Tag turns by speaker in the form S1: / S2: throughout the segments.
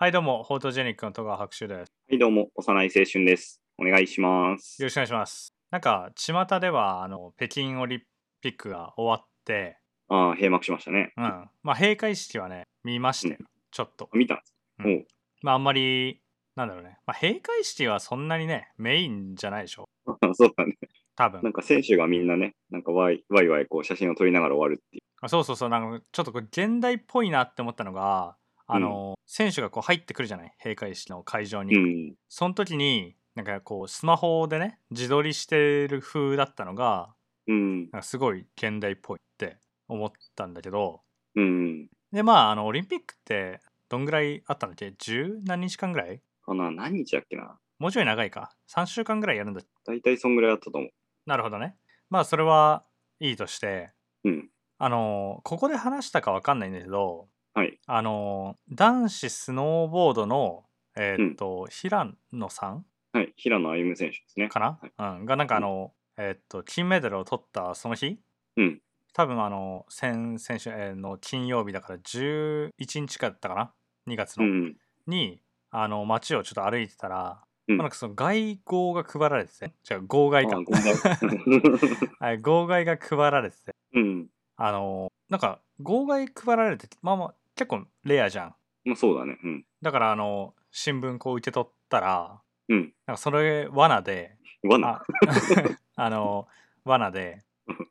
S1: はい、どうも、フォートジェニックの戸川白秋です。
S2: はい、どうも、幼い青春です。お願いします
S1: よ。ろしくお願いします。なんか、巷では、あの、北京オリンピックが終わって、
S2: ああ、閉幕しましたね。
S1: うん。まあ、閉会式はね、見ましたよ。ちょっと。
S2: 見たんです。
S1: うんまあ、あんまり、なんだろうね。まあ、閉会式はそんなにね、メインじゃないでしょ。
S2: おう そうだね。
S1: 多
S2: なん
S1: 分。
S2: か選手がみんなね、なんかワイワイワイこう写真を撮りながら終わるってい
S1: あそうそうそう、なんか、ちょっとこれ、現代っぽいなって思ったのが、あの、選手がこう入ってくるじゃない閉会式の会場に。
S2: う。うん。
S1: その時に、なんかこう、スマホでね、自撮りしてる風だったのが、
S2: うん。
S1: なんかすごい現代っぽいって思ったんだけど
S2: うん。
S1: でまああのオリンピックってどんぐらいあったんだっけ10何日間ぐらい
S2: かな、何日だっけな。
S1: もうちょい長いか3週間ぐらいやるんだ
S2: だいたいそんぐらいだったと思う。
S1: なるほどねまあそれはいいとして
S2: うん。
S1: あのここで話したかわかんないんだけど
S2: はい。
S1: あの男子スノーボードのえーっと、平野さん
S2: はい。平野歩夢選手ですね。
S1: かな、うん、がなんかあの、えーっと金メダルを取ったその日
S2: うん。
S1: 多分あの先先週えーの金曜日だから11日かだったかな2月の、
S2: うん。
S1: にあの街をちょっと歩いてたら、
S2: うん
S1: まあなんかその外号が配られててじゃあ号外
S2: あ
S1: か
S2: あ、ごめんなさい
S1: はい号外が配られてて
S2: うん。
S1: あのなんか号外配られててまあまあ結構レアじゃん
S2: まあそうだね。うん。
S1: だからあの新聞こう受け取ったら、
S2: うん
S1: なんかそれ罠で
S2: 罠
S1: あ あの罠で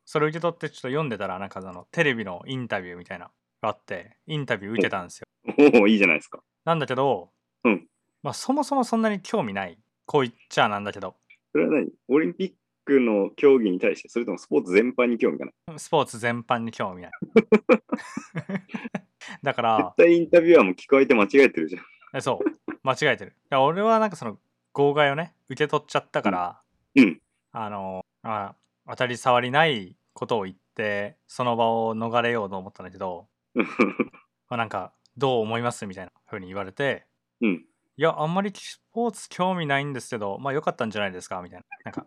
S1: それ受け取ってちょっと読んでたらなんかあのテレビのインタビューみたいなのがあってインタビュー受けたんですよ
S2: おお、いいじゃないですか。
S1: なんだけど、
S2: うん
S1: まあ、そもそもそんなに興味ないこう言っちゃなんだけど
S2: それは何オリンピックの競技に対して、それともスポーツ全般に興味がない。
S1: スポーツ全般に興 味ないだか
S2: 絶
S1: ら
S2: 対インタビュアーも聞こえて間違えてるじゃん。
S1: えそう間違えてるいや俺はなんかその号外をね受け取っちゃったから、
S2: うんうん
S1: あのあ当たり障りないことを言ってその場を逃れようと思ったんだけど、 まあ、なんかどう思いますみたいな風に言われて
S2: うん。
S1: いやあんまりスポーツ興味ないんですけどまあ良かったんじゃないですかみたいななん か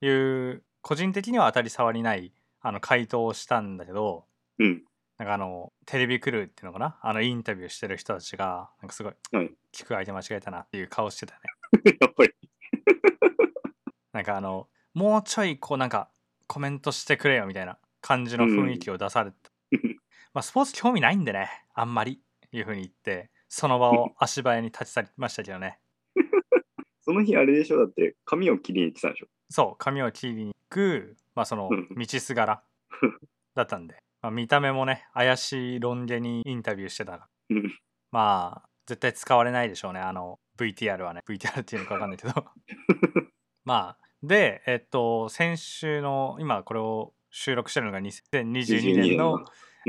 S1: いう個人的には当たり障りないあの回答をしたんだけど
S2: うん。
S1: なんかあのテレビクルーっていうのかなあのインタビューしてる人たちがなんかすごい、
S2: はい
S1: 聞く相手間違えたなっていう顔してたね
S2: やっぱり。
S1: なんかあのもうちょいこうなんかコメントしてくれよみたいな感じの雰囲気を出されて、
S2: うん
S1: まあスポーツ興味ないんでねあんまりいうふうに言ってその場を足早に立ち去りましたけどね
S2: その日あれでしょだって髪を切りに行ってたんでしょ
S1: そう髪を切りに行く、まあ、その
S2: うん
S1: 道すがらだったん で、まあ、見た目もね怪しいロン毛にインタビューしてたから
S2: うん
S1: まあ絶対使われないでしょうねあの VTR はね VTR っていうのか分かんない けどまあでえっと先週の今これを収録してるのが2022年の
S2: うん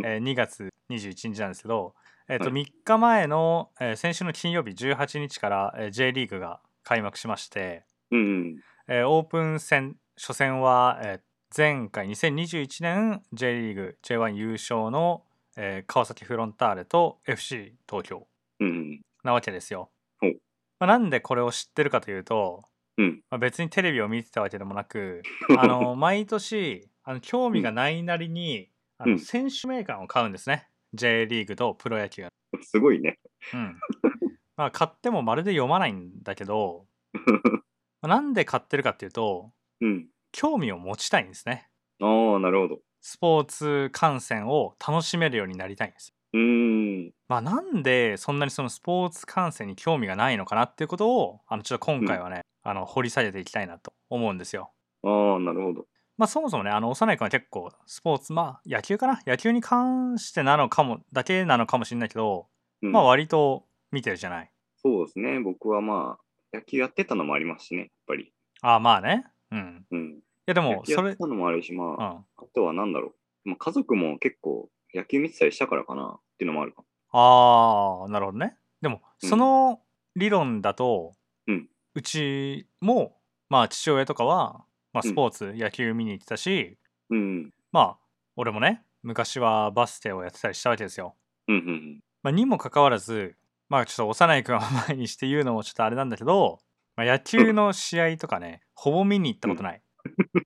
S1: えー2月21日なんですけど、えっと
S2: はい
S1: 3日前の、えー先週の金曜日18日から、えー J リーグが開幕しまして、
S2: うん
S1: えーオープン戦初戦は、えー前回2021年 J リーグ J1 優勝の、えー川崎フロンターレと FC 東京
S2: うんうん
S1: なわけですよ。
S2: ほう
S1: まあ、なんでこれを知ってるかというと、
S2: うん
S1: まあ、別にテレビを見てたわけでもな くあの毎年あの興味がないなりに、あ
S2: う
S1: の
S2: ん
S1: 選手名鑑を買うんですね J リーグとプロ野球の。
S2: すごいね
S1: うんまあ、買ってもまるで読まないんだけ ど、まあなんで買ってるかっていうと
S2: うん
S1: 興味を持ちたいんですね。
S2: ああなるほど
S1: スポーツ観戦を楽しめるようになりたいんです。
S2: うーん
S1: まあ、なんでそんなにそのスポーツ観戦に興味がないのかなっていうことをあのちょっと今回はね、あの掘り下げていきたいなと思うんですよ。
S2: ああなるほど
S1: まあそもそもねあの幼い子は結構スポーツまあ野球かな野球に関してなのかもだけなのかもしれないけど、
S2: うん
S1: まあ割と見てるじゃない。
S2: そうですね僕はまあ野球やってたのもありますしねやっぱり
S1: ああまあね。うん。
S2: うん
S1: いやで
S2: 野
S1: も
S2: 球
S1: そ
S2: やっ
S1: れ
S2: て、たのもあるしま
S1: うん、
S2: あ
S1: あ
S2: あとはなんだろうまあ家族も結構野球見てたりしたからかなっていうのもあるかも
S1: あなるほどね。でも
S2: うん
S1: その理論だと、
S2: うん
S1: ちもまあ父親とかは、まあ、
S2: うん
S1: スポーツ、野球見に行ってたし
S2: うん
S1: まあ俺もね昔はバスケをやってたりしたわけですよ。
S2: うんうん
S1: まあ、にもかかわらずまあちょっと幼い君を前にして言うのもちょっとあれなんだけど、まあ、野球の試合とかねほぼ見に行ったことない。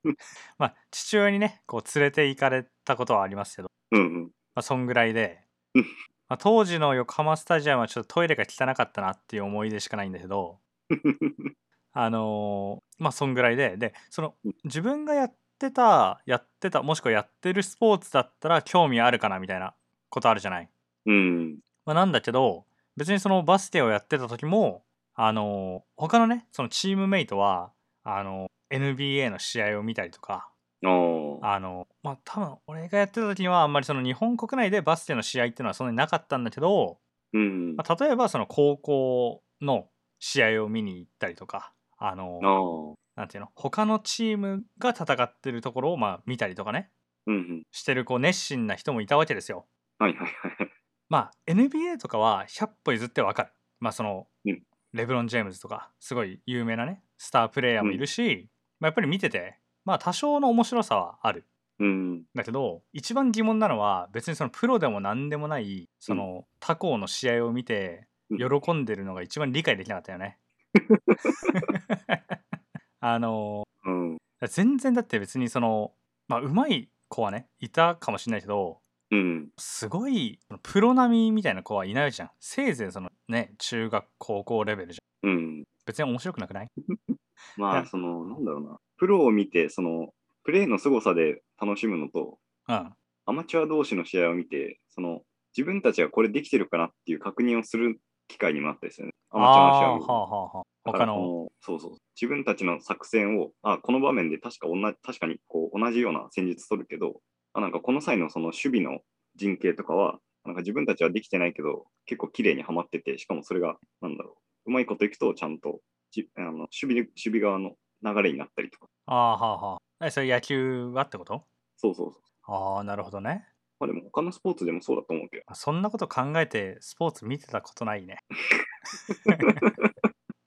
S1: まあ父親にねこう連れて行かれたことはありますけど、
S2: うんうん
S1: まあ、そんぐらいで
S2: うん
S1: まあ、当時の横浜スタジアムはちょっとトイレが汚かったなっていう思い出しかないんだけどあのーまあそんぐらいででその
S2: うん
S1: 自分がやってたやってたもしくはやってるスポーツだったら興味あるかなみたいなことあるじゃない。
S2: うん。
S1: まあ、なんだけど別にそのバスケをやってた時もあの他のねそのチームメイトはあの NBA の試合を見たりとか
S2: ああ。
S1: あのまあ多分俺がやってた時にはあんまりその日本国内でバスケの試合っていうのはそんなになかったんだけど、
S2: うん。
S1: ま
S2: あ
S1: あ、例えばその高校の試合を見に行ったりとかあの
S2: あ。う
S1: なんていうの他のチームが戦ってるところをまあ見たりとかね
S2: んうん。
S1: してるこう熱心な人もいたわけですよ。
S2: はいはいはい。
S1: まあ NBA とかは100歩譲ってわかる。まあその、
S2: うん
S1: レブロン・ジェームズとかすごい有名なねスタープレイヤーもいるし、まあ、やっぱり見ててまあ多少の面白さはある。
S2: うん。
S1: だけど一番疑問なのは別にそのプロでも何でもないその、他校の試合を見て
S2: うん
S1: 喜んでるのが一番理解できなかったよ ね。あの
S2: うん。
S1: 全然だって別にそのまあ上手い子はねいたかもしれないけど
S2: うん。
S1: すごいプロ並みみたいな子はいないじゃんせいぜいそのね中学高校レベルじゃん
S2: うん。
S1: 別に面白くなくない
S2: ま
S1: うん
S2: あ、その、なんだろうな。プロを見て、その、プレーの凄さで楽しむのと、
S1: うん
S2: アマチュア同士の試合を見て、その、自分たちがこれできてるかなっていう確認をする機会にもあったですよね。アマチュアの試合
S1: あ
S2: を
S1: ー
S2: 見て
S1: はあはあはあ
S2: だか
S1: 他
S2: らこ
S1: の
S2: そうそう。自分たちの作戦を、あ、この場面で確か同じ、確かにこう同じような戦術取るけど、あ、なんかこの際のその守備の陣形とかは、なんか自分たちはできてないけど、結構綺麗にはまってて、しかもそれが、なんだろう。うまいこといくと、ちゃんと、じあの守備、守備側の流れになったりとか。
S1: ああはあはあえそれ野球はってこと
S2: そうそうそう。
S1: ああなるほどね
S2: まあでも他のスポーツでもそうだと思うけど。
S1: あそんなこと考えてスポーツ見てたことない ね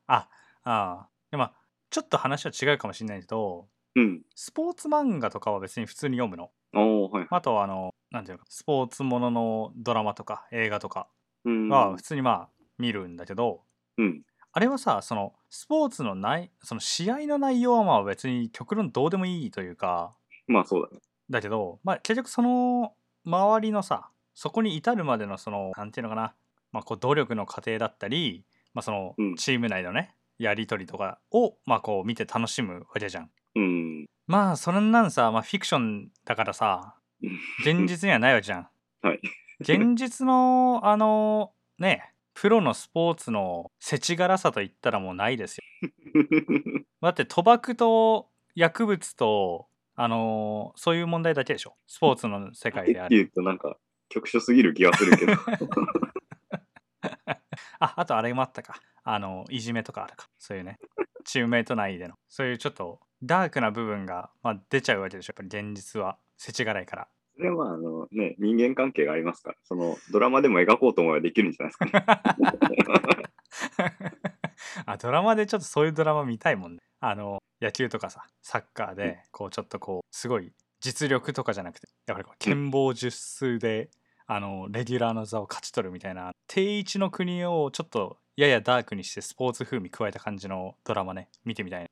S1: ああーでもちょっと話は違うかもしれないけど
S2: うん。
S1: スポーツ漫画とかは別に普通に読むの
S2: おー、はい。
S1: あとはあのなんていうのスポーツもののドラマとか映画とか
S2: うん。
S1: は普通にまあ見るんだけど、
S2: うん。
S1: あれはさそのスポーツのないその試合の内容はまあ別に極論どうでもいいというか
S2: まあそうだね。
S1: だけど、まあ、結局その周りのさそこに至るまでのそのなんていうのかな、まあ、こう努力の過程だったり、まあ、その
S2: うん
S1: チーム内のね、やり取りとかを、まあ、こう見て楽しむわけじゃん。
S2: うん。
S1: まあそれなんさ、まあ、フィクションだからさ現実にはないわけじゃん。
S2: はい。
S1: 現実のあのねプロのスポーツのせちがらさといったらもうないですよだって賭博と薬物とあのそういう問題だけでしょスポーツの世界であ
S2: って
S1: る
S2: 言うとなんか、局所すぎる気がするけど。
S1: ああとあれもあったかあのいじめとかあるかそういうね チームメイト内でのそういうちょっとダークな部分が、まあ、出ちゃうわけでしょやっぱり現実はせちがらいから
S2: それはあの、ね、人間関係がありますから、そのドラマでも描こうと思えばできるんじゃないですかね。
S1: あドラマでちょっとそういうドラマ見たいもんねあの野球とかさサッカー
S2: うん
S1: でこうちょっとこうすごい実力とかじゃなくてやっぱりこう剣謀術数で、あのレギュラーの座を勝ち取るみたいな定位置の国をちょっとややダークにしてスポーツ風味加えた感じのドラマね見てみた いね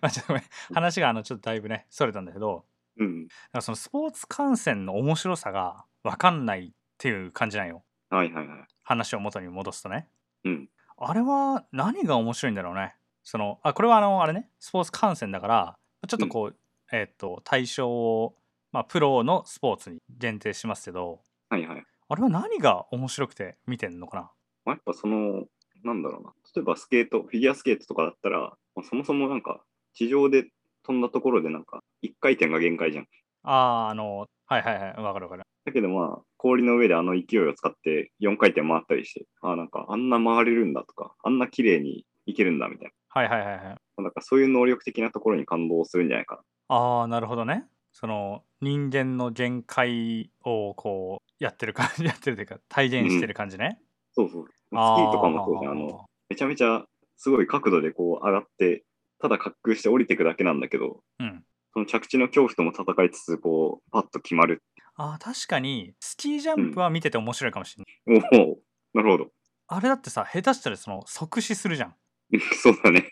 S1: あちょっとごめん話があのちょっとだいぶねそれたんだけど
S2: うん。
S1: だからそのスポーツ観戦の面白さが分かんないっていう感じなんよ
S2: はいはいはい。
S1: 話を元に戻すとね
S2: うん。
S1: あれは何が面白いんだろうね。そのあこれはあのあれねスポーツ観戦だからちょっとこう、えーっと対象を、まあ、プロのスポーツに限定しますけど
S2: はいはい。
S1: あれは何が面白くて見てんのかな
S2: まあ、やっぱその、なんだろうな。例えばスケート、フィギュアスケートとかだったら、まあ、そもそもなんか、地上で飛んだところでなんか、一回転が限界じゃん。
S1: あーあのはいはいはいわかるわかる。
S2: だけどまあ、氷の上であの勢いを使って4回転回ったりして、ああ、なんかあんな回れるんだとか、あんな綺麗にいけるんだみたい
S1: はいはいはいはい。
S2: な。なんかそういう能力的なところに感動するんじゃないか
S1: ああなるほどね。その人間の限界をこうやってる感じ やってるというか体現してる感じね。
S2: な。そうそう。スキ
S1: あ
S2: ーとかもそうじゃん。あの、めちゃめちゃすごい角度でこう上がって、ただ滑空して降りていくだけなんだけど、
S1: うん、
S2: その着地の恐怖とも戦いつつ、こう、パッと決まる。
S1: あー確かにスキージャンプは見てて面白いかもしれない。
S2: おお、なるほど。
S1: あれだってさ下手したらその即死するじゃん。
S2: そうだね。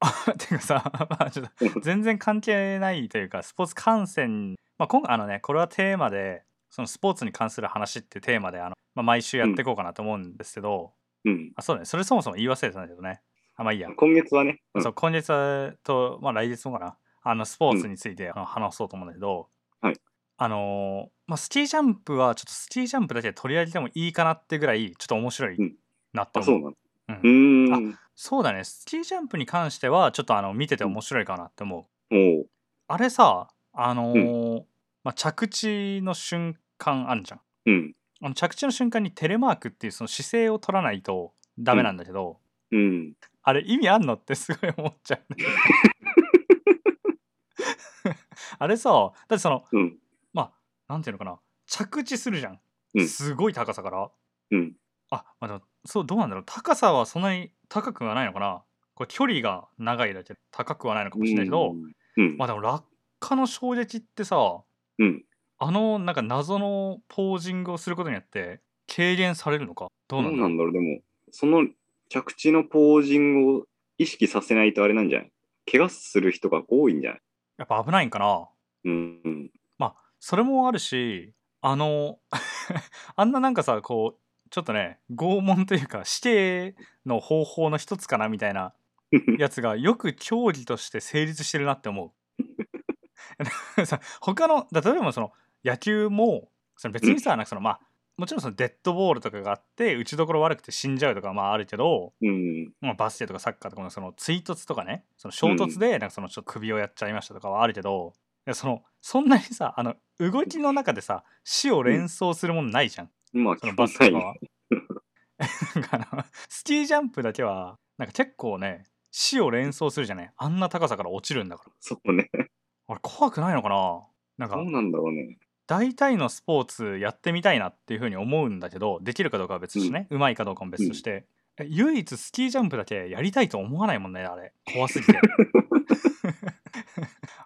S1: あてかさ、 まあ、ちょっと全然関係ないというかスポーツ観戦、まあ、今回あのねこれはテーマでそのスポーツに関する話ってテーマであの、まあ、毎週やっていこうかなと思うんですけど、
S2: うん。
S1: あそうだねそれそもそも言い忘れてたんだけどねあまあいいや、
S2: 今月はね、うん
S1: そう今月と、まあ、来月もかなあのスポーツについてあの話そうと思うんだけど、
S2: はい
S1: あのーまあ、スキージャンプはちょっとスキージャンプだけで取り上げてもいいかなってぐらいちょっと面白い
S2: うん
S1: なって
S2: あ、
S1: 思う,、
S2: そうなの。
S1: うん
S2: うーん。
S1: そうだねスキージャンプに関してはちょっとあの見てて面白いかなって思う、
S2: おう
S1: あれさあのーまあ、着地の瞬間あるじゃん
S2: うん。
S1: あの着地の瞬間にテレマークっていうその姿勢を取らないとダメなんだけど、
S2: うん。
S1: あれ意味あんのってすごい思っちゃ うねあれさだってその
S2: うん。
S1: なんていうのかな着地するじゃん、
S2: うん
S1: すごい高さから
S2: うん。
S1: あまあでもそうどうなんだろう高さはそんなに高くはないのかなこれ距離が長いだけで高くはないのかもしれないけど、
S2: うん。
S1: まあでも落下の衝撃ってさ
S2: うん。
S1: あのなんか謎のポージングをすることによって軽減されるのかど
S2: ど
S1: うなん
S2: う
S1: だ
S2: なんだろう、でも、その着地のポージングを意識させないとあれなんじゃない怪我する人が多いんじゃない
S1: やっぱ危ないんかな
S2: うん。うん
S1: まあそれもあるしあの あんななんかさこうちょっとね拷問というか死刑の方法の一つかなみたいなやつがよく競技として成立してるなって思う。 さ他のだ例えばその野球もその別にさ、なんかそのまあもちろんそのデッドボールとかがあって打ちどころ悪くて死んじゃうとかはまああるけど、
S2: うん。
S1: まあ、バスケとかサッカーとかのその追突とかねその衝突でなんかそのちょっと首をやっちゃいましたとかはあるけど、いやそのそんなにさあの動きの中でさ死を連想するものないじゃん、
S2: まあ、
S1: そ
S2: 基
S1: の
S2: 本
S1: バスケ
S2: ない
S1: とか
S2: ね。
S1: は。 なんかあのスキージャンプだけはなんか結構ね死を連想するじゃないあんな高さから落ちるんだから
S2: そうね。
S1: あれ怖くないのかな
S2: ど
S1: な
S2: うん
S1: か
S2: なんだろうね。
S1: 大体のスポーツやってみたいなっていうふうに思うんだけどできるかどうかは別としてね、うまいかどうかも別として、え唯一スキージャンプだけやりたいと思わないもんねあれ怖すぎ て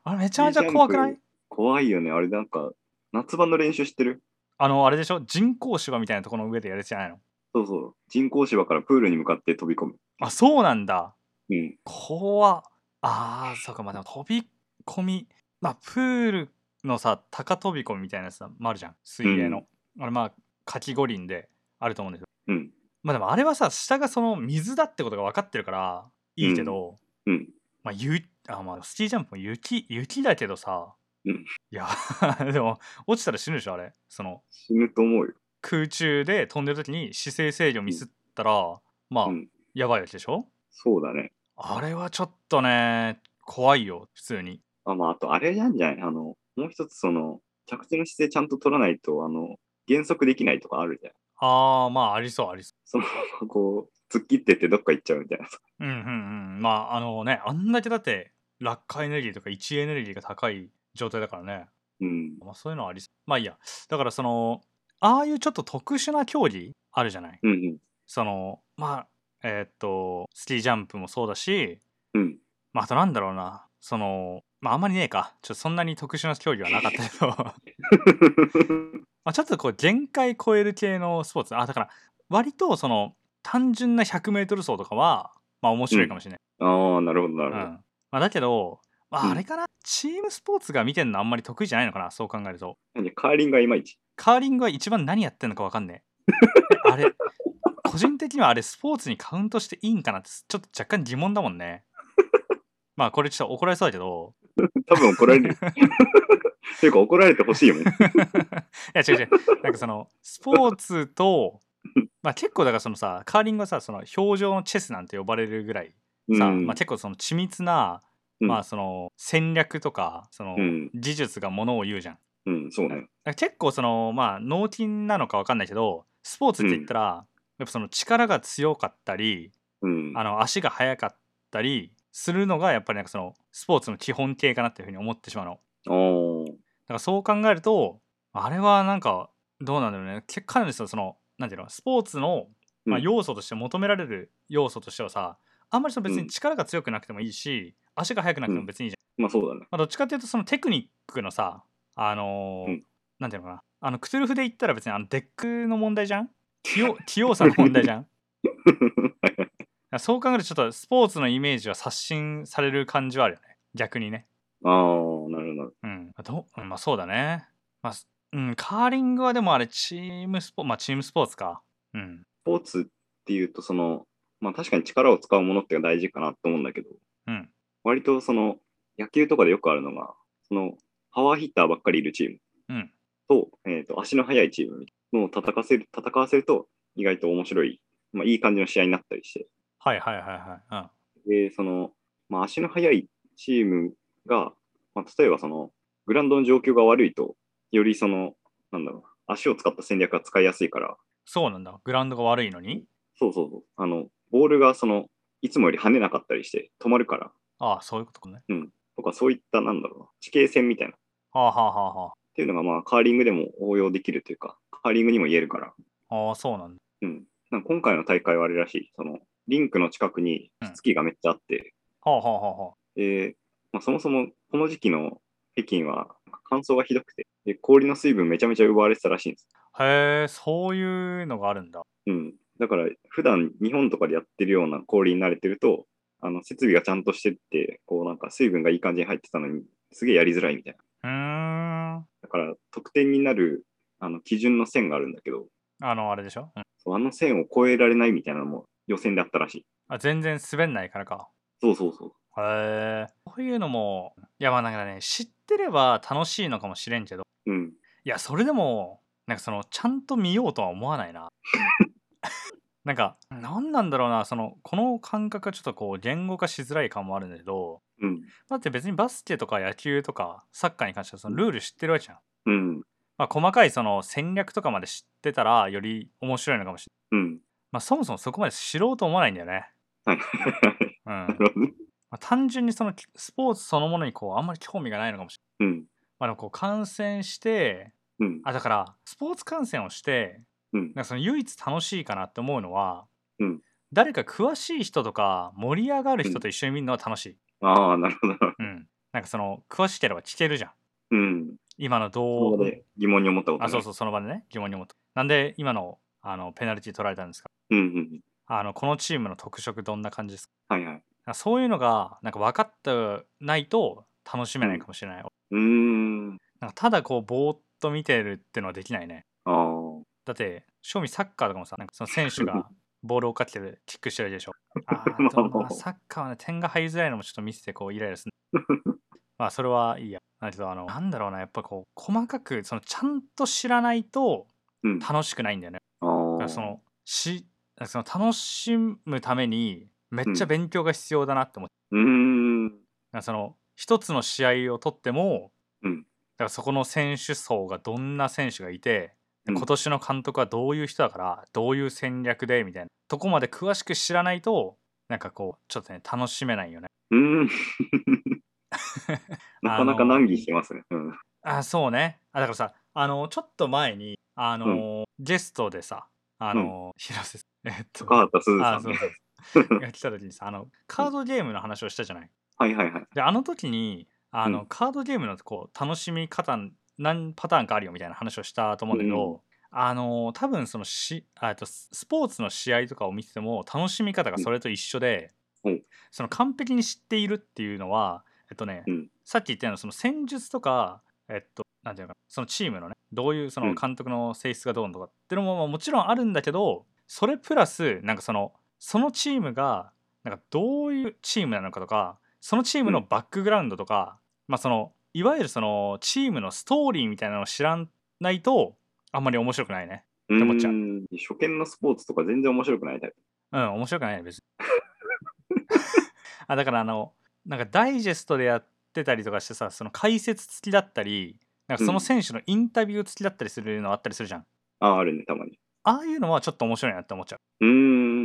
S1: あれめちゃめちゃ怖くな
S2: スキージャン
S1: い
S2: プ怖いよね。あれなんか、夏場の練習してる
S1: あのあれでしょ人工芝みたいなところの上でやるやつじゃないの
S2: そうそう。人工芝からプールに向かって飛び込む。
S1: あそうなんだ
S2: うん。
S1: 怖っあーそうかまあでも飛び込みまあプールのさ高飛び込みみたいなやつさもあるじゃん水泳の、あれまあかき五輪であると思うんですよ
S2: うん。
S1: まあでもあれはさ下がその水だってことが分かってるからいいけど、
S2: うん。
S1: まあゆあまあスキージャンプも雪雪だけどさ、
S2: うん
S1: いや でも落ちたら死ぬでしょあれその
S2: 死ぬと思うよ。
S1: 空中で飛んでる時に姿勢制御ミスったら、まあ、
S2: うん
S1: やばいわけでしょ
S2: そうだね。
S1: あれはちょっとね怖いよ普通に
S2: あ、まあ、あと、あれなんじゃないあの、もう一つ、その、着地の姿勢ちゃんと取らないと、あの、減速できないとかあるじゃん。
S1: ああまあありそうありそ
S2: そのまま こう、突っ切ってってどっか行っちゃうみたいな。
S1: ううんうんうんまああのねあんだけだって落下エネルギーとか位置エネルギーが高い状態だからね
S2: うん。
S1: まあ、そういうのはありそうまあいいやだからそのああいうちょっと特殊な競技あるじゃない
S2: うんうん。
S1: そのまあえーっとスキージャンプもそうだし、
S2: うん。
S1: まあ、あとなんだろうなそのまああんまりねえかちょっとそんなに特殊な競技はなかったけどまあちょっとこう限界超える系のスポーツあだから割とその単純な 100m 走とかはまあ面白いかもしれない、
S2: ああ、なるほど、な
S1: う
S2: る
S1: ん
S2: ほど。
S1: まあ、だけど、ま
S2: う
S1: あ、
S2: ん
S1: あれかな、チームスポーツが見てるのあんまり得意じゃないのかなそう考えると
S2: なんでカーリングはいまいち。
S1: カーリングは一番何やってんのか分かんねえ。えあれ、個人的にはあれスポーツにカウントしていいんかなって、ちょっと若干疑問だもんね。まあこれちょっと怒られそうだけど、
S2: 多分怒られる。 というか怒られてほしいよね。
S1: いや違う違う、なんかそのスポーツと、まあ結構だからそのさ、カーリングはさ、その表情のチェスなんて呼ばれるぐらいさ、
S2: うん、
S1: まあ結構その緻密な、
S2: うん
S1: まあその戦略とか、その
S2: うん、
S1: 技術がものを言うじゃん。
S2: うん、そうね。
S1: なんか結構そのまあ脳筋なのかわかんないけどスポーツって言ったら、やっぱその力が強かったり
S2: うん。
S1: あの足が速かったりするのがやっぱりなんかそのスポーツの基本形かなっていうふうに思ってしまうのだ
S2: あー
S1: からそう考えるとあれはなんかどうなんだろうね結かなりそのそのなんていうのスポーツの、まあ、
S2: うん
S1: 要素として求められる要素としてはさあんまりその別
S2: う
S1: に
S2: ん
S1: 力が強くなくてもいいし、足が速くなくても別にいいじゃん
S2: まあそうだね。
S1: まあ、どっちかっていうとそのテクニックのさあのー
S2: うん
S1: なんていうのかなあのクトゥルフで言ったら別にあのデックの問題じゃん器用器用さの問題じゃんだ からそう考えるとちょっとスポーツのイメージは刷新される感じはあるよね逆にね
S2: ああ、なるほど。
S1: うんどううんまあそうだねまあすうん、カーリングはでもあれ、チームスポーツ、まあチームスポーツか。うん。
S2: スポーツっていうと、その、まあ確かに力を使うものって大事かなと思うんだけど、
S1: うん。
S2: 割とその、野球とかでよくあるのが、その、パワーヒッターばっかりいるチーム
S1: うん。
S2: と、えっ、と、足の速いチームのを戦わせる、戦わせると、意外と面白い、まあいい感じの試合になったりして、
S1: はいはいはいは
S2: で、その、まあ、足の速いチームが、まあ、例えばその、グラウンドの状況が悪いと、よりその、なんだろうな、足を使った戦略が使いやすいから、
S1: い。うん。そうなんだ。グラウンドが悪いのに
S2: そうそうそう、あの、ボールがその、いつもより跳ねなかったりして、止まるから、
S1: ああ、そういうことね。
S2: とか、そういった、なんだろうな、地形戦みたいな、っ
S1: はあはあはあは
S2: ていうのが、まあ、カーリングでも応用できるというか、カーリングにも言えるから、
S1: あ。ああ、そうなんだ。
S2: うん。なんか今回の大会はあれらしい、その、リンクの近くに
S1: うん
S2: スキーがめっちゃあって、
S1: はあはあはあはあ。
S2: で、まあ、そもそもこの時期の北京は乾燥がひどくてで、氷の水分めちゃめちゃ奪われてたらしいんです。
S1: へえ、そういうのがあるんだ。
S2: うん。だから、普段日本とかでやってるような氷に慣れてると、あの設備がちゃんとしてて、こうなんか水分がいい感じに入ってたのに、すげえやりづらいみたいな。
S1: うーん。
S2: だから、得点になるあの基準の線があるんだけど、
S1: あの、あれでしょ、うん
S2: そうあの線を越えられないみたいなのも予選であったらしい。
S1: あ全然滑んないからか。
S2: そうそうそう。
S1: へえ。こういうのも、いやまあなんかね、知ってれば楽しいのかもしれんけど、
S2: うん。
S1: いや、それでも、なんかその、ちゃんと見ようとは思わない な。なんか、なんなんだろうな、その、この感覚はちょっとこう、言語化しづらい感もあるんだけど、
S2: うん。
S1: だって別にバスケとか野球とかサッカーに関してはそのルール知ってるわけじゃん。
S2: うん。
S1: まあ、細かいその戦略とかまで知ってたらより面白いのかもしれない。
S2: うん。
S1: まあ、そもそもそこまで知ろうと思わないんだよね。
S2: は
S1: う
S2: い。
S1: ん。ま
S2: なるほどね
S1: あ、単純にそのきスポーツそのものにこうあんまり興味がないのかもしれない。
S2: うん。
S1: まあ、でもこう観戦して、
S2: うん。
S1: あ、だからスポーツ観戦をして、
S2: うん。
S1: なんかその唯一楽しいかなって思うのは、
S2: うん
S1: 誰か詳しい人とか盛り上がる人と一緒に見るのは楽しい。
S2: ああ、なるほど。
S1: うん。なんかその詳しければ聞けるじゃん。
S2: うん。
S1: 今のど
S2: そうこで疑問に思ったこと
S1: あそう
S2: う。
S1: そうその場でね疑問に思ったなんで今のあのペナルティ取られたんですか
S2: うんうん。
S1: あのこのチームの特色どんな感じですか
S2: はいはい。
S1: あそういうのがなんか分かってないと楽しめないかもしれない、
S2: うーん。
S1: なんかただこうぼーっと見てるってのはできないね
S2: ああ。
S1: だって正味サッカーとかもさなんかその選手がボールを追っかけてるキックしてるでしょあー
S2: まあ
S1: でもなサッカーはね点が入りづらいのもちょっと見せてこうイライラするまあそれはいいやだけどあのなんだろうなやっぱこう細かくそのちゃんと知らないと
S2: うん。
S1: 楽しくないんだよね
S2: あ
S1: だか
S2: あ。
S1: らそのしその楽しむためにめっちゃ勉強が必要だなって思って、
S2: うーん。
S1: だからその一つの試合をとっても、
S2: うん
S1: だからそこの選手層がどんな選手がいて、で
S2: うん
S1: 今年の監督はどういう人だからどういう戦略でみたいなとこまで詳しく知らないとなんかこうちょっとね楽しめないよね。
S2: うーん。 なかなか難儀してますね。うん。
S1: あそうねあだからさあのちょっと前にあの、ゲストでさあの、広瀬さんえっと
S2: 高畑すずさ
S1: あ
S2: ん
S1: そう
S2: ね。
S1: そう そうが来た時にさあのカードゲームの話をしたじゃない。
S2: はいはいはい。
S1: であの時にあの、
S2: うん
S1: カードゲームのこう楽しみ方何パターンかあるよみたいな話をしたと思うんだけど、あの多分そのしあえっとススポーツの試合とかを見てても楽しみ方がそれと一緒で、
S2: うんうん
S1: その完璧に知っているっていうのはえっとね、
S2: うん
S1: さっき言ったようなその戦術とかえっとなんていうのかなそのチームのねどういうそうの
S2: ん
S1: 監督の性質がどうのとかっていうのもまあもちろんあるんだけどそれプラスなんかそのそのチームがなんかどういうチームなのかとかそのチームのバックグラウンドとか、まあそのいわゆるそのチームのストーリーみたいなのを知らないとあんまり面白くないね
S2: う
S1: 思っちゃ
S2: ー。
S1: うん
S2: 初見のスポーツとか全然面白くないタイプ。
S1: うん面白くないね別に あだからあのなんかダイジェストでやってたりとかしてさその解説付きだったりなんかその選手のインタビュー付きだったりするのあったりするじゃん、
S2: ああ、あるね、たまに。
S1: ああいうのはちょっと面白いなって思っちゃう
S2: うー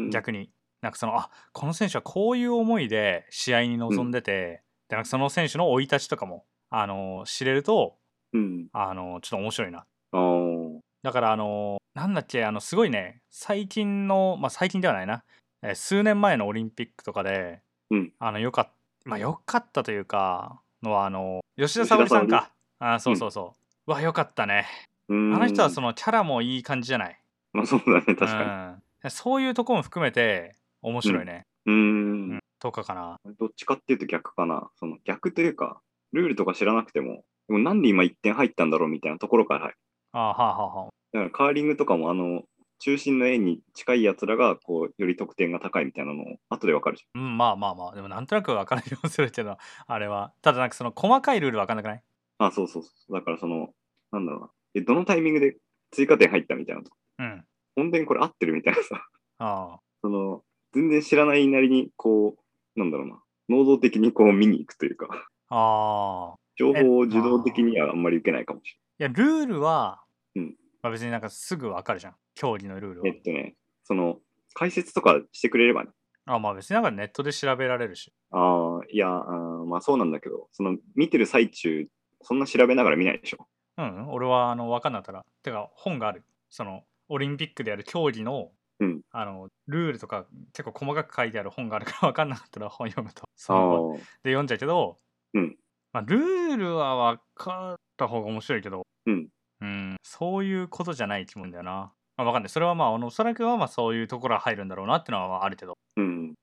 S2: ん。
S1: 逆になんかそのあこの選手はこういう思いで試合に臨んでて、でなんかその選手の生い立ちとかもあの知れると
S2: うん。
S1: あのちょっと面白いな
S2: ああ。
S1: だからあのなんだっけあのすごいね最近のまあ最近ではないな、えー数年前のオリンピックとかで、
S2: うん
S1: あのよかっまあよかったというかのはあの吉田
S2: 吉
S1: 沙
S2: 田
S1: 保里さん
S2: 沙保里
S1: かあーそうそうそう、うわよかったね
S2: う
S1: あ
S2: ーん。
S1: の人はそ
S2: の。
S1: のキャラもいい感じじゃない
S2: まあそうだね、確か
S1: うん、そういうとこも含めて面白いね、
S2: に。うー
S1: うんん。とかかな。
S2: どっちかっていうと逆かな。その逆というか、ルールとか知らなくても、でもなんで今1点入ったんだろうみたいなところから
S1: あはあはあはあ
S2: だからカーリングとかもあの中心の円に近いやつらがこうより得点が高いみたいなのを後でわかるじ
S1: うんまあまあまあでもなんとなく分かるようにするけどあれはただなんかその細かいルール分かんなくない
S2: ゃん。あ、そうそうそう。だからその、なんだろうな。え、どのタイミングで追加点入ったみたいなとか。
S1: うん
S2: 本当にこれ合ってるみたいなさ。
S1: あ
S2: その、全然知らないなりに、こう、なんだろうな。能動的にこう見に行くというか、
S1: あああ
S2: 情報を受動的にはあんまり受けないかもし
S1: いやルールは、
S2: うん
S1: まあ、別になんかすぐ分かるじゃん競技のルール
S2: れない。え
S1: は
S2: っとね、その、解説とかしてくれればね。
S1: あまあ別になんかネットで調べられるし
S2: ああ、いや、あーまあそうなんだけど、その、見てる最中、そんな調べながら見ないでしょ。
S1: うんうん俺はあの分かんなかったらてか本があるそのオリンピックでやる競技の,、
S2: うん
S1: あのルールとか結構細かく書いてある本があるから分かんなかったら本読むとそ
S2: あ
S1: の
S2: ー
S1: で読んじゃうけど、
S2: うん
S1: まあ、ルールは分かった方が面白いけど、
S2: うん
S1: うんそういうことじゃない気もんだよな、まあ、分かんないそれはまああのおそらくはまあそういうところは入るんだろうなってのはまああるけど、
S2: うん、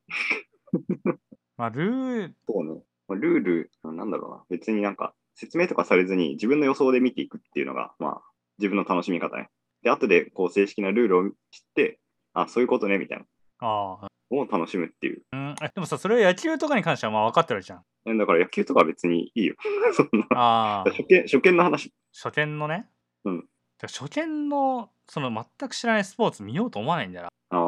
S1: まあ、ルール
S2: そうね。まあルール、なんだろうな。別になんか、説明とかされずに自分の予想で見ていくっていうのが、まあ、自分の楽しみ方ね。で、後で、こう、正式なルールを知って、あ、そういうことね、みたいな
S1: あ
S2: のを楽しむっていう。
S1: あ、うん、えでもさそれは野球とかに関してはまあ分かってるじゃん
S2: えだから野球とかは別にいいよ。 そんな。
S1: ああ
S2: 初見、初見の話。
S1: 初見のね、
S2: うん
S1: だから初見のその全く知らないスポーツ見ようと思わないんだよ
S2: ああ、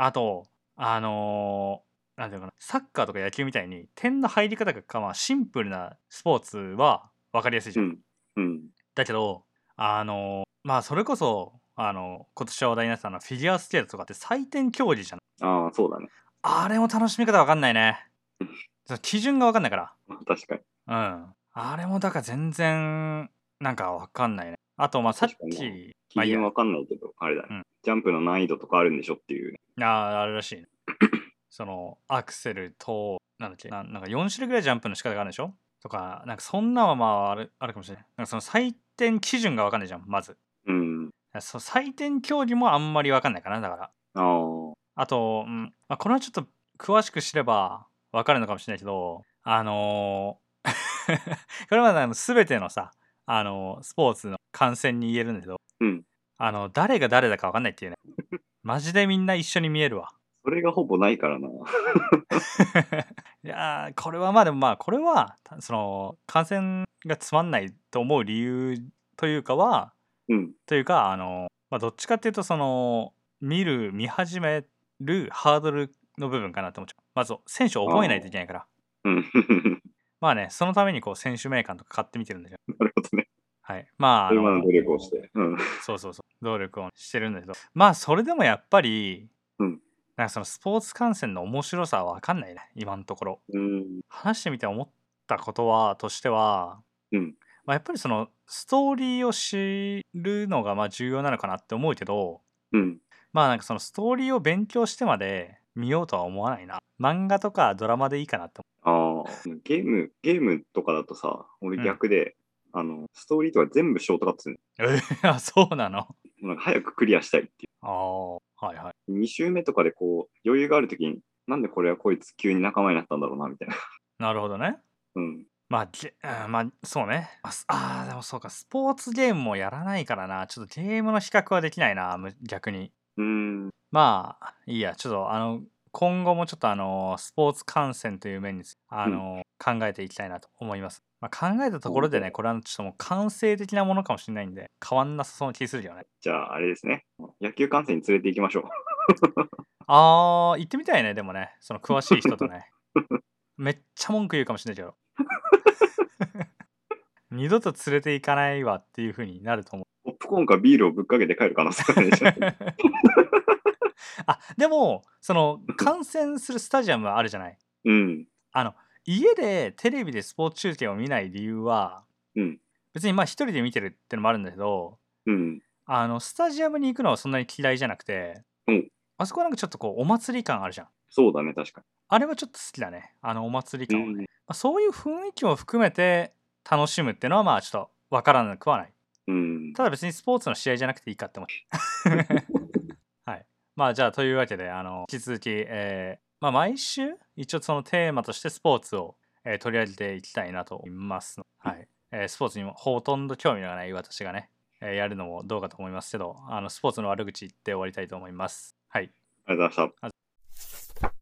S1: なあとあのーなんていうのかなサッカーとか野球みたいに点の入り方がまあシンプルなスポーツは分かりやすいじ
S2: う
S1: ゃん、
S2: ん、うん、
S1: だけどあのーまあそれこそあの今年話題になってたのはフィギュアスケートとかって採点競技じゃん
S2: ああ、そうだね。
S1: あれも楽しみ方分かんないね
S2: うん
S1: その基準が分かんないから
S2: 確かに。
S1: うん。あれもだから全然、なんかわかんないね。あと、まあさっ
S2: 確か
S1: き、まあ
S2: 基
S1: いいや
S2: 準わかんないけど、あれだね、
S1: うん
S2: ジャンプの難易度とかあるんでしょっていう、ね。
S1: あーあれらしいね。その、アクセルと、なんだっけ、ななんか4種類ぐらいジャンプの仕方があるんでしょとか、なんかそんなんはまああるあるかもしれない。なんかその採点基準がわかんないじゃん、まず。
S2: うん。
S1: そう採点競技もあんまりわかんないかな、だから。
S2: ああ、
S1: あと、うんまあ、これはちょっと詳しく知ればわかるのかもしれないけど、あのー これはあの全てのさ、あのースポーツの観戦に言えるんだけど、
S2: うん
S1: あの誰が誰だかわかんないっていうね。マジでみんな一緒に見えるわ。
S2: それがほぼないからな。
S1: いやーこれはまあでもまあこれはたその観戦がつまんないと思う理由というかは
S2: うん、
S1: というかあの、まあ、どっちかっていうとその見る見始めるハードルの部分かなと思っちゃうまず選手を覚えないといけないから
S2: うん。
S1: まあねそのためにこう選手名鑑とか買ってみてるんだけど
S2: なるほどね。
S1: はいまああ
S2: 車の努力をして。うん。
S1: そうそうそう努力をしてるんだけどまあそれでもやっぱり、
S2: うん
S1: なんかそのスポーツ観戦の面白さは分かんないね今のところ
S2: うん。
S1: 話してみて思ったことはとしては、
S2: うん
S1: まあ、やっぱりそのストーリーを知るのがまあ重要なのかなって思うけど
S2: うん。
S1: まあなんかそのストーリーを勉強してまで見ようとは思わないな。漫画とかドラマでいいかなって
S2: ああ。ゲーム、ゲームとかだとさ、俺
S1: うん
S2: 逆で、あの、ストーリーとか全部ショートカットする
S1: 思う。えあそうなの
S2: の。なんか早くクリアしたいってい
S1: ああ、はいはい。
S2: う。2周目とかでこう、余裕があるときに、なんでこれはこいつ急に仲間になったんだろうな、みたいな。
S1: なるほどね。
S2: うん。
S1: まあ、ゲうんまあ、そうね。あすあー、でもそうか、スポーツゲームもやらないからな。ちょっとゲームの比較はできないな、む逆に。
S2: うーん。
S1: まあ、いいや、ちょっとあの、今後もちょっとあの、スポーツ観戦という面につあの、考えていきたいなと思います。まあ、考えたところで
S2: な
S1: ね、
S2: る
S1: これはちょっともう完成的なものかもしれないんで、変わんなさそうな気するよね。
S2: じゃあ、あれですね。野球観戦に連れて行きましょう。
S1: あー、行ってみたいね、でもね、その詳しい人と ね。めっちゃ文句言うかもしれないけど。 二度と連れて行かないわっていう風になると思う。
S2: ポップコーンかビールをぶっかけて帰る可能性があるでしょ。
S1: あ、でも、そ の、観戦するスタジアムはあるじゃない。
S2: うん。
S1: 家でテレビでスポーツ中継を見ない理由は、
S2: うん
S1: 別にまあ一人で見てるってのもあるんだけど、
S2: うん。
S1: あの、スタジアムに行くのはそんなに嫌いじゃなくて、
S2: うん
S1: あそこはなんかちょっとこう、お祭り感あるじゃん。
S2: そうだね、確か
S1: あれはちょっと好きだね。あの、お祭り
S2: に。
S1: 感はね。まあ、そういう雰囲気も含めて楽しむっていうのはまあちょっとわからなくはない
S2: うん。
S1: ただ別にスポーツの試合じゃなくていいかって思う はいまあじゃあというわけであの引き続き、えーまあ、毎週一応そのテーマとしてスポーツを、えー取り上げていきたいなと思います、はいえースポーツにもほとんど興味のない私がね、えーやるのもどうかと思いますけど、あのスポーツの悪口言って終わりたいと思います。はい。
S2: ありがとうございました。
S1: あ